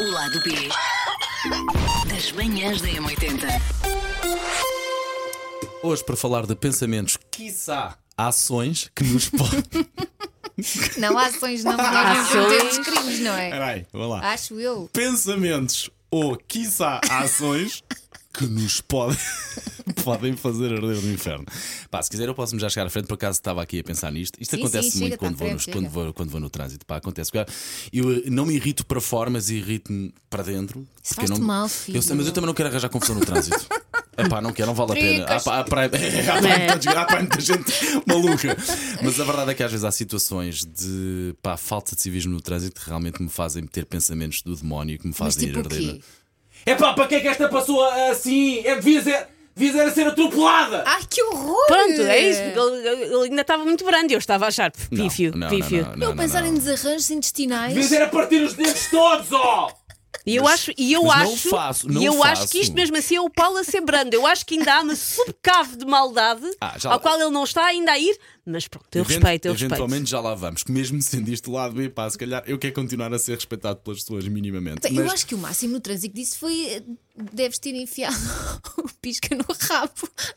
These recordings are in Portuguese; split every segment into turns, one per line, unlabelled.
O lado B das manhãs da M80.
Hoje, para falar de pensamentos, quiçá ações que nos podem.
Não, há ações não, nós não temos crimes, não é?
Peraí, vamos lá.
Acho eu.
Pensamentos ou quiçá ações que nos podem. Podem fazer arder no inferno. Pá, se quiser, eu posso-me já chegar à frente. Por acaso estava aqui a pensar nisto. Isto
Sim,
acontece
sim,
muito
chega-te à
quando, vou
frente,
nos-
chega.
quando, vou, quando vou no trânsito. Pá, acontece. Eu eh, não me irrito para fora, mas irrito-me para dentro.
Isso
porque eu
faz-te
não-
mal,
Eu sei, mas eu
filho.
também não quero arranjar confusão no trânsito. É pá, não quero, não vale a pena. Há,
Tricas.
pá- há praia- há
é?
praia muita gente- há praia muita gente maluca. Mas a verdade é que às vezes há situações de pá, falta de civismo no trânsito que realmente me fazem ter pensamentos do demónio que me
Mas
fazem
tipo
ir
o
arder.
quê?
É pá, para que é que esta passou assim? É, devia ser, devia ser a ser atropelada!
Ah,
Ai, que horror!
Pronto, é isso. Ele, ele ainda estava muito grande, eu estava a achar
Não,
pífio,
não, não,
pífio.
não, não,
Eu
não,
pensar
não.
em desarranjos intestinais.
Devia ser a partir os dentes todos, ó!
E eu
Mas-
acho, e eu
mas não
acho,
faço, não
e eu
faço.
acho que isto mesmo assim é o Paulo a ser brando. Eu acho que ainda há uma subcave de maldade
Ah, já-
ao qual ele não está ainda a ir, mas pronto, eu
Event-
respeito, eu respeito.
Eventualmente já lá vamos, que mesmo sendo isto do lado B, pá, se calhar eu quero continuar a ser respeitado pelas pessoas minimamente.
Bem, Eu
mas-
acho que o máximo no trânsito disso foi. eh, Deves ter enfiado o pisca no rabo.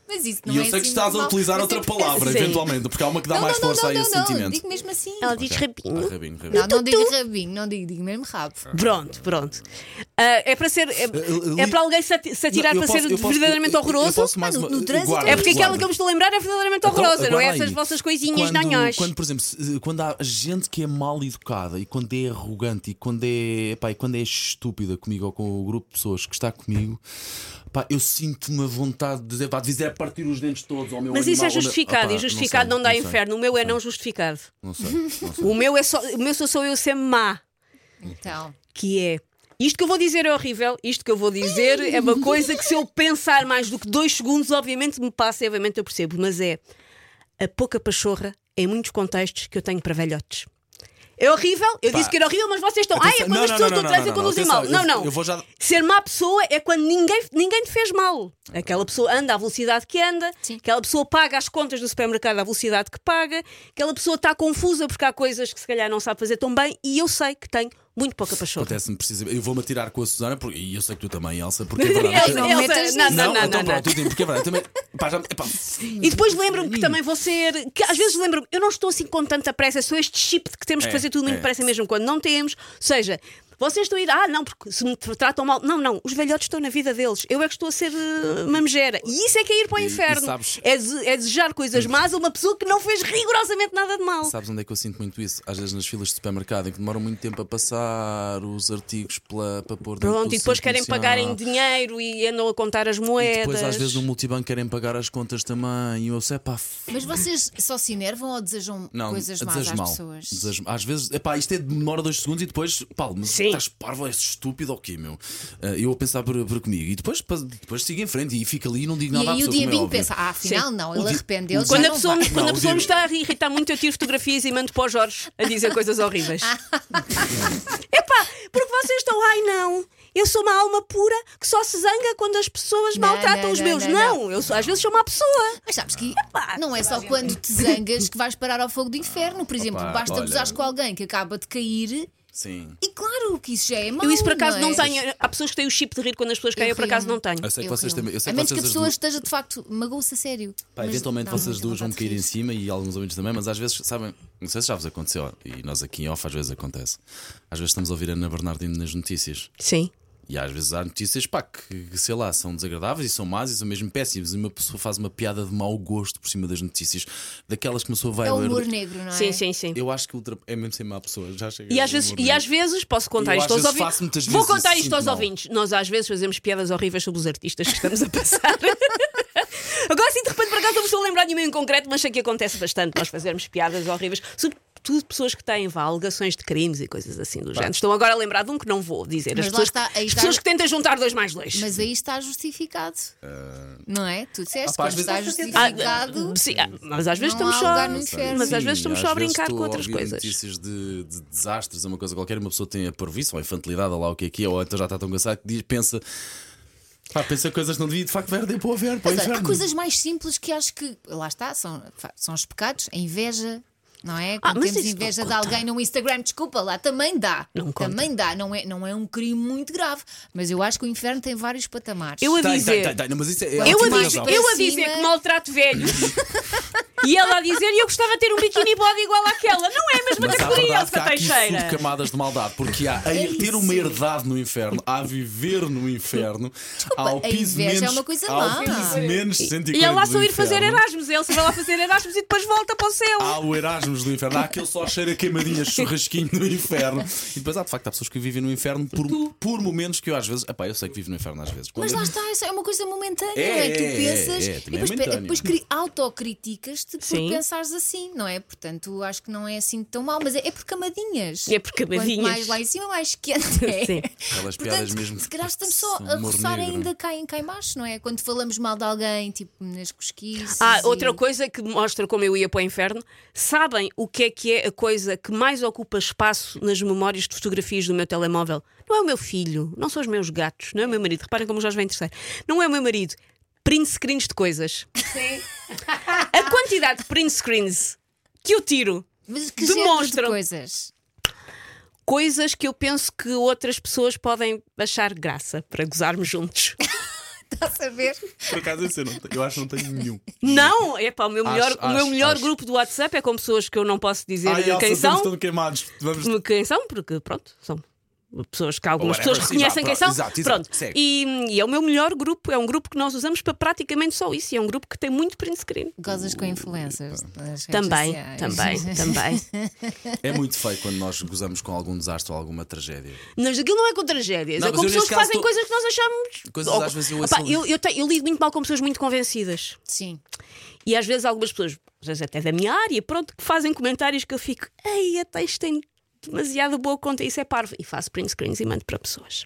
Mas isso não
e eu
é
sei que
assim
estás a
normal.
utilizar
Mas
outra
eu-
palavra,
Sim.
eventualmente, porque há uma que dá
Não,
mais
não,
força
não,
a
não,
esse
não.
sentimento.
Digo mesmo assim.
Ela diz
Ah,
rabinho.
rabinho, rabinho.
Não, não digo rabinho, não digo, digo mesmo rabo.
É.
Pronto, pronto. Ah, é para ser. É,
eu-
é para alguém se ati- se atirar
Eh, Não, eu
para
posso-
ser
eu posso-
verdadeiramente
eu- eu- eu
horroroso.
posso mais
Ah, no-
uma-
no trânsito
guarda,
é
é porque aquela
guarda.
que eu me estou a lembrar é verdadeiramente
Então,
horrorosa, não é?
aguarda aí.
Essas vossas coisinhas
quando,
nanhós.
quando, por exemplo, se- quando há gente que é mal educada e quando é arrogante e quando é, epá, e quando é estúpida comigo ou com o grupo de pessoas que está comigo, epá, eu sinto uma vontade de dizer, pá, devia ser a partir os dentes todos ao meu
Mas isso
animal,
é
ao meu-
justificado,
Epá,
e justificado não,
sei,
dá
sei,
inferno. O meu é não justificado.
Não sei, não sei.
O meu é só. O meu sou só eu ser má,
Então,
que é. Isto que eu vou dizer é horrível, isto que eu vou dizer é uma coisa que se eu pensar mais do que dois segundos, obviamente me passa, e obviamente eu percebo, mas é a pouca pachorra em muitos contextos que eu tenho para velhotes. É horrível, eu disse que era horrível, mas vocês estão. Ai, é
Atenção-
quando
não, não,
as pessoas
não,
estão
não,
atrás e
não, não,
conduzem
atenção,
mal. Não,
eu-
não.
eu vou já-
Ser má pessoa é quando ninguém, ninguém te fez mal. Aquela pessoa anda à velocidade que anda,
Sim.
aquela pessoa paga as contas do supermercado à velocidade que paga, aquela pessoa está confusa porque há coisas que se calhar não sabe fazer tão bem e eu sei que tenho muito pouca paixão.
Acontece-me precisamente. Eu vou-me atirar com a Susana porque- e eu sei que tu também, Elsa, porque é verdade.
Elsa,
não
Elsa,
metas
não,
nisso.
não, não,
então
não, não.
pronto, eu digo, porque é verdade. Também, epá, já, epá,
E depois
Uhum.
lembro-me que também vou ser. Que às vezes lembro-me, eu não estou assim com tanta pressa, sou este chip de que temos
É,
que fazer tudo
é.
muito depressa mesmo quando não temos. Ou seja, vocês estão a ir, ah, não, porque se me tratam mal. Não, não, os velhotes estão na vida deles. Eu é que estou a ser eh, mamegera. E isso é que é ir para o
E- e
inferno.
sabes-
É, dese- é desejar coisas más a uma pessoa que não fez rigorosamente nada de mal.
Sabes onde é que eu sinto muito isso? Às vezes nas filas de supermercado em que demoram muito tempo a passar os artigos pela, para pôr dentro
Pronto,
do
e depois
centro
querem
comercial.
pagar em dinheiro e andam a contar as
E
moedas.
depois às vezes no multibanco querem pagar as contas também. E eu sei, pá, f-
mas vocês só se enervam ou desejam
não,
coisas más
desejo
às
mal.
pessoas?
Desejo- às vezes, epá, isto é, demora dois segundos e depois, pá, mas
Sim.
estás parvo, és estúpido ou quê, meu? Ah, eu a pensar por, por comigo. E depois, pa- depois sigo em frente e fico ali e não digo
E
nada à
aí o
pessoa. como é
diabinho
óbvio.
pensa, ah, afinal não,
O
ele
di-
arrependeu-se.
Quando
já
a
não
pessoa,
vai.
me- quando
Não,
a pessoa me
digo-
está a irritar muito, eu tiro fotografias e mando para o Jorge a dizer coisas horríveis. Epá, porque vocês estão, ai não, eu sou uma alma pura que só se zanga quando as pessoas
Não,
maltratam
não,
os
não,
meus.
não,
Não, eu sou- às vezes sou uma pessoa.
Mas sabes que
Epá,
não é só quando te zangas que vais parar ao fogo do inferno. Por exemplo,
Opa,
basta
olha.
gozares com alguém que acaba de cair
"Ah,
Sim.
e claro que isso já é mau.
Eu isso por acaso não,
é?
tenho. Há pessoas que têm o chip de rir quando as pessoas caem, eu, um." por
rio-me.
acaso não tenho.
Eu sei que vocês
rio-me.
também. Eu sei
a
que
menos que a
vocês as
pessoa
duas-
esteja de facto magoou-se a sério.
Pá,
Mas é
eventualmente
dá
vocês
muita
duas vão
vontade de
cair em
rir.
cima e alguns ouvintes também, mas às vezes, sabem, não sei se já vos aconteceu, e nós aqui em off às vezes acontece. Às vezes estamos a ouvir a Ana Bernardino nas notícias.
Sim.
E às vezes há notícias, pá, que, que, sei lá, são desagradáveis e são más e são mesmo péssimas. E uma pessoa faz uma piada de mau gosto por cima das notícias, daquelas que uma pessoa vai
É o
ler.
humor negro, não é?
Sim, sim, sim.
Eu acho que ultra... é mesmo sem má pessoa, já chega
E
ao
às, vezes,
humor
e
negro.
às vezes posso contar
Eu às
isto aos
vezes faço muitas
ouvintes.
vezes
Vou
isso,
contar isto
sinto
aos
mal.
ouvintes. Nós às vezes fazemos piadas horríveis sobre os artistas que estamos a passar. Agora sim, de repente, por acaso, não me estou a lembrar de nenhum em concreto, mas sei que acontece bastante nós fazermos piadas horríveis. Sobretudo pessoas que têm vá, alegações de crimes e coisas assim do género. Estou agora a lembrar de um que não vou dizer.
Mas
as
lá
pessoas,
está,
que,
aí
as
está-
pessoas que tentam juntar dois mais dois.
Mas aí está justificado. Não é? Tu disseste
Ah. Opa, às
quando
vezes
está
há certeza.
Ah,
justificado.
sim, ah, mas às vezes
Não
estamos
há
só.
lugar no inferno.
Mas às vezes
Sim,
estamos só a
vezes
brincar
estou
com outras
ouvir
coisas.
notícias de, de desastres, uma coisa qualquer, uma pessoa tem a parvice ou a infantilidade, ou lá o que é que é, ou então já está tão cansado que diz, pensa. Pá, pensa coisas que não devia de facto verdem para o
é,
ver, para o
Mas olha, há
inferno.
coisas mais simples que acho que. Lá está, são, são os pecados. A inveja, Não é?
Ah,
Quando
mas
temos
isso não
inveja de
conta.
alguém no Instagram, desculpa lá, também dá.
Não conta.
também dá, não é, não é um crime muito grave. Mas eu acho que o inferno tem vários patamares.
Eu a
Tem,
dizer.
tem, tem, tem. Não, mas isso é- é
Eu a,
ótima
dizer,
razão.
eu a
Para
dizer
cima.
que maltrato velhos e ela a dizer eu gostava de ter um biquíni body igual àquela. Não é a mesma
Mas há
categoria,
verdade que
Elsa
há aqui
Teixeira.
subcamadas de maldade, porque há a ter
isso.
uma herdade no inferno, há viver no inferno, há o
a
piso
inveja é
menos,
uma coisa
há o
má.
piso menos 140
E ela lá só
do
ir fazer
inferno.
Erasmus. A Elsa vai lá fazer Erasmus e depois volta para o céu.
Há o Erasmus do inferno, há aquele só cheiro a queimadinhas, churrasquinho do inferno. E depois há de facto há pessoas que vivem no inferno por, por momentos que eu às vezes. Epá, eu sei que vivo no inferno às vezes.
Mas
Quando-
lá está, isso é uma coisa momentânea,
É,
não é? Tu
é, é,
pensas
é, é,
e
também é
depois, pe-
momentâneo.
depois cri- autocriticas-te por
Sim.
pensares assim, não é? Portanto, acho que não é assim tão mal, mas é, é por camadinhas.
É por
Quanto
camadinhas.
mais lá em cima, mais quente é.
Sim.
Aquelas piadas
Portanto,
mesmo.
se calhar estamos só a
humor
roçar
negro.
ainda cá em cá em baixo, não é? Quando falamos mal de alguém, tipo nas cosquices.
Ah,
e-
outra coisa que mostra como eu ia para o inferno. Sabem o que é que é a coisa que mais ocupa espaço nas memórias de fotografias do meu telemóvel? Não é o meu filho, não são os meus gatos, não é o meu marido. Reparem como o Jorge vem terceiro. Não é o meu marido. Print screens de coisas. a quantidade de print screens que eu tiro
Mas que género
Demonstram.
de coisas.
coisas que eu penso que outras pessoas podem achar graça para gozarmos juntos.
Estás a ver?
Por acaso eu, sei, não tenho- eu acho que não tenho nenhum.
Não, é pá, o meu
Acho,
melhor, o meu
acho,
melhor
acho.
grupo do WhatsApp é com pessoas que eu não posso dizer
Ai, Elsa,
quem
estamos
são.
todos queimados. Vamos
Quem são, porque pronto, são pessoas que algumas
Whatever,
pessoas
sim,
reconhecem
vá,
quem
pronto,
são.
exato, exato,
pronto.
segue.
E, e é o meu melhor grupo, é um grupo que nós usamos para praticamente só isso. E é um grupo que tem muito print screen.
Gozas com influencers. nas redes
Também,
sociais.
também, também.
É muito feio quando nós gozamos com algum desastre ou alguma tragédia.
Mas aquilo não é com tragédias,
Não,
é
mas
com
eu neste
pessoas que
caso
fazem
tô-
coisas que nós achamos.
Coisas
Ou-
às vezes eu
Epá,
ouço-
eu, eu, tenho- eu lido muito mal com pessoas muito convencidas.
Sim.
E às vezes algumas pessoas, às vezes até da minha área, pronto, que fazem comentários que eu fico, ei, a tens tem demasiado boa conta, isso é parvo. E faço print screens e mando para pessoas.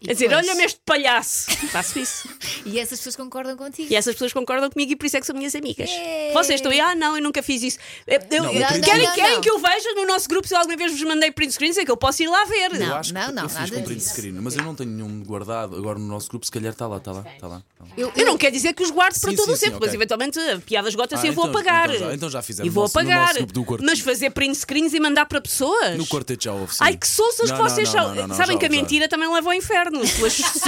E
a dizer,
depois-
olha-me este palhaço. faço isso.
E essas pessoas concordam contigo.
E essas pessoas concordam comigo e por isso é que são minhas amigas.
Ei.
Vocês estão aí, ah, não, eu nunca fiz isso. Eu- eu-
Não,
eu-
não,
querem,
não,
querem
não.
que eu veja no nosso grupo se eu alguma vez vos mandei print screens? É que eu posso ir lá ver.
Não.
eu acho que
não,
eu fiz
nada
com print
disso.
screen, mas eu não tenho nenhum guardado. Agora no nosso grupo, se calhar está lá, está lá, está lá. está lá.
Eu,
Eu não quero dizer que os guardo para
Sim,
todo
sim,
o sempre,
sim,
mas
ok.
eventualmente a piada esgota-se
Ah,
e eu vou
então-
apagar.
então já- então já fizemos
E vou
no nosso- no
apagar.
nosso grupo do Corte.
mas fazer print screens e mandar para pessoas.
No quarteto já houve. sim.
Ai, que sonsas
Não,
que
não,
vocês
não,
são.
não, não, não,
Sabem
já
que a
houve, já
mentira também leva ao inferno, suas sonsas.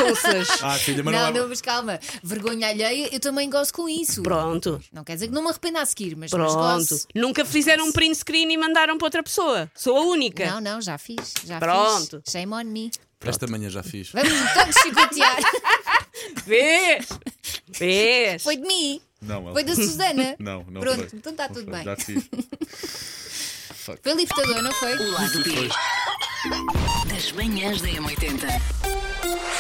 houve. Ah, filha, mas
Não,
não, é-
não, mas calma. Vergonha alheia, eu também gosto com isso.
Pronto,
Não quer dizer que não me arrependa a seguir, mas, mas
pronto.
gosto.
Nunca fizeram um print screen e mandaram para outra pessoa. Sou a única.
Não, não, já fiz. Já
Pronto.
fiz. Shame on me.
Esta manhã já fiz.
Vamos todos chicotear.
Vês? Vês?
Foi de mim.
Não,
Foi da Susana.
Não, não
Pronto,
foi.
então está tudo bem.
fiz.
Foi libertador, não foi?
O lado B das manhãs da M80.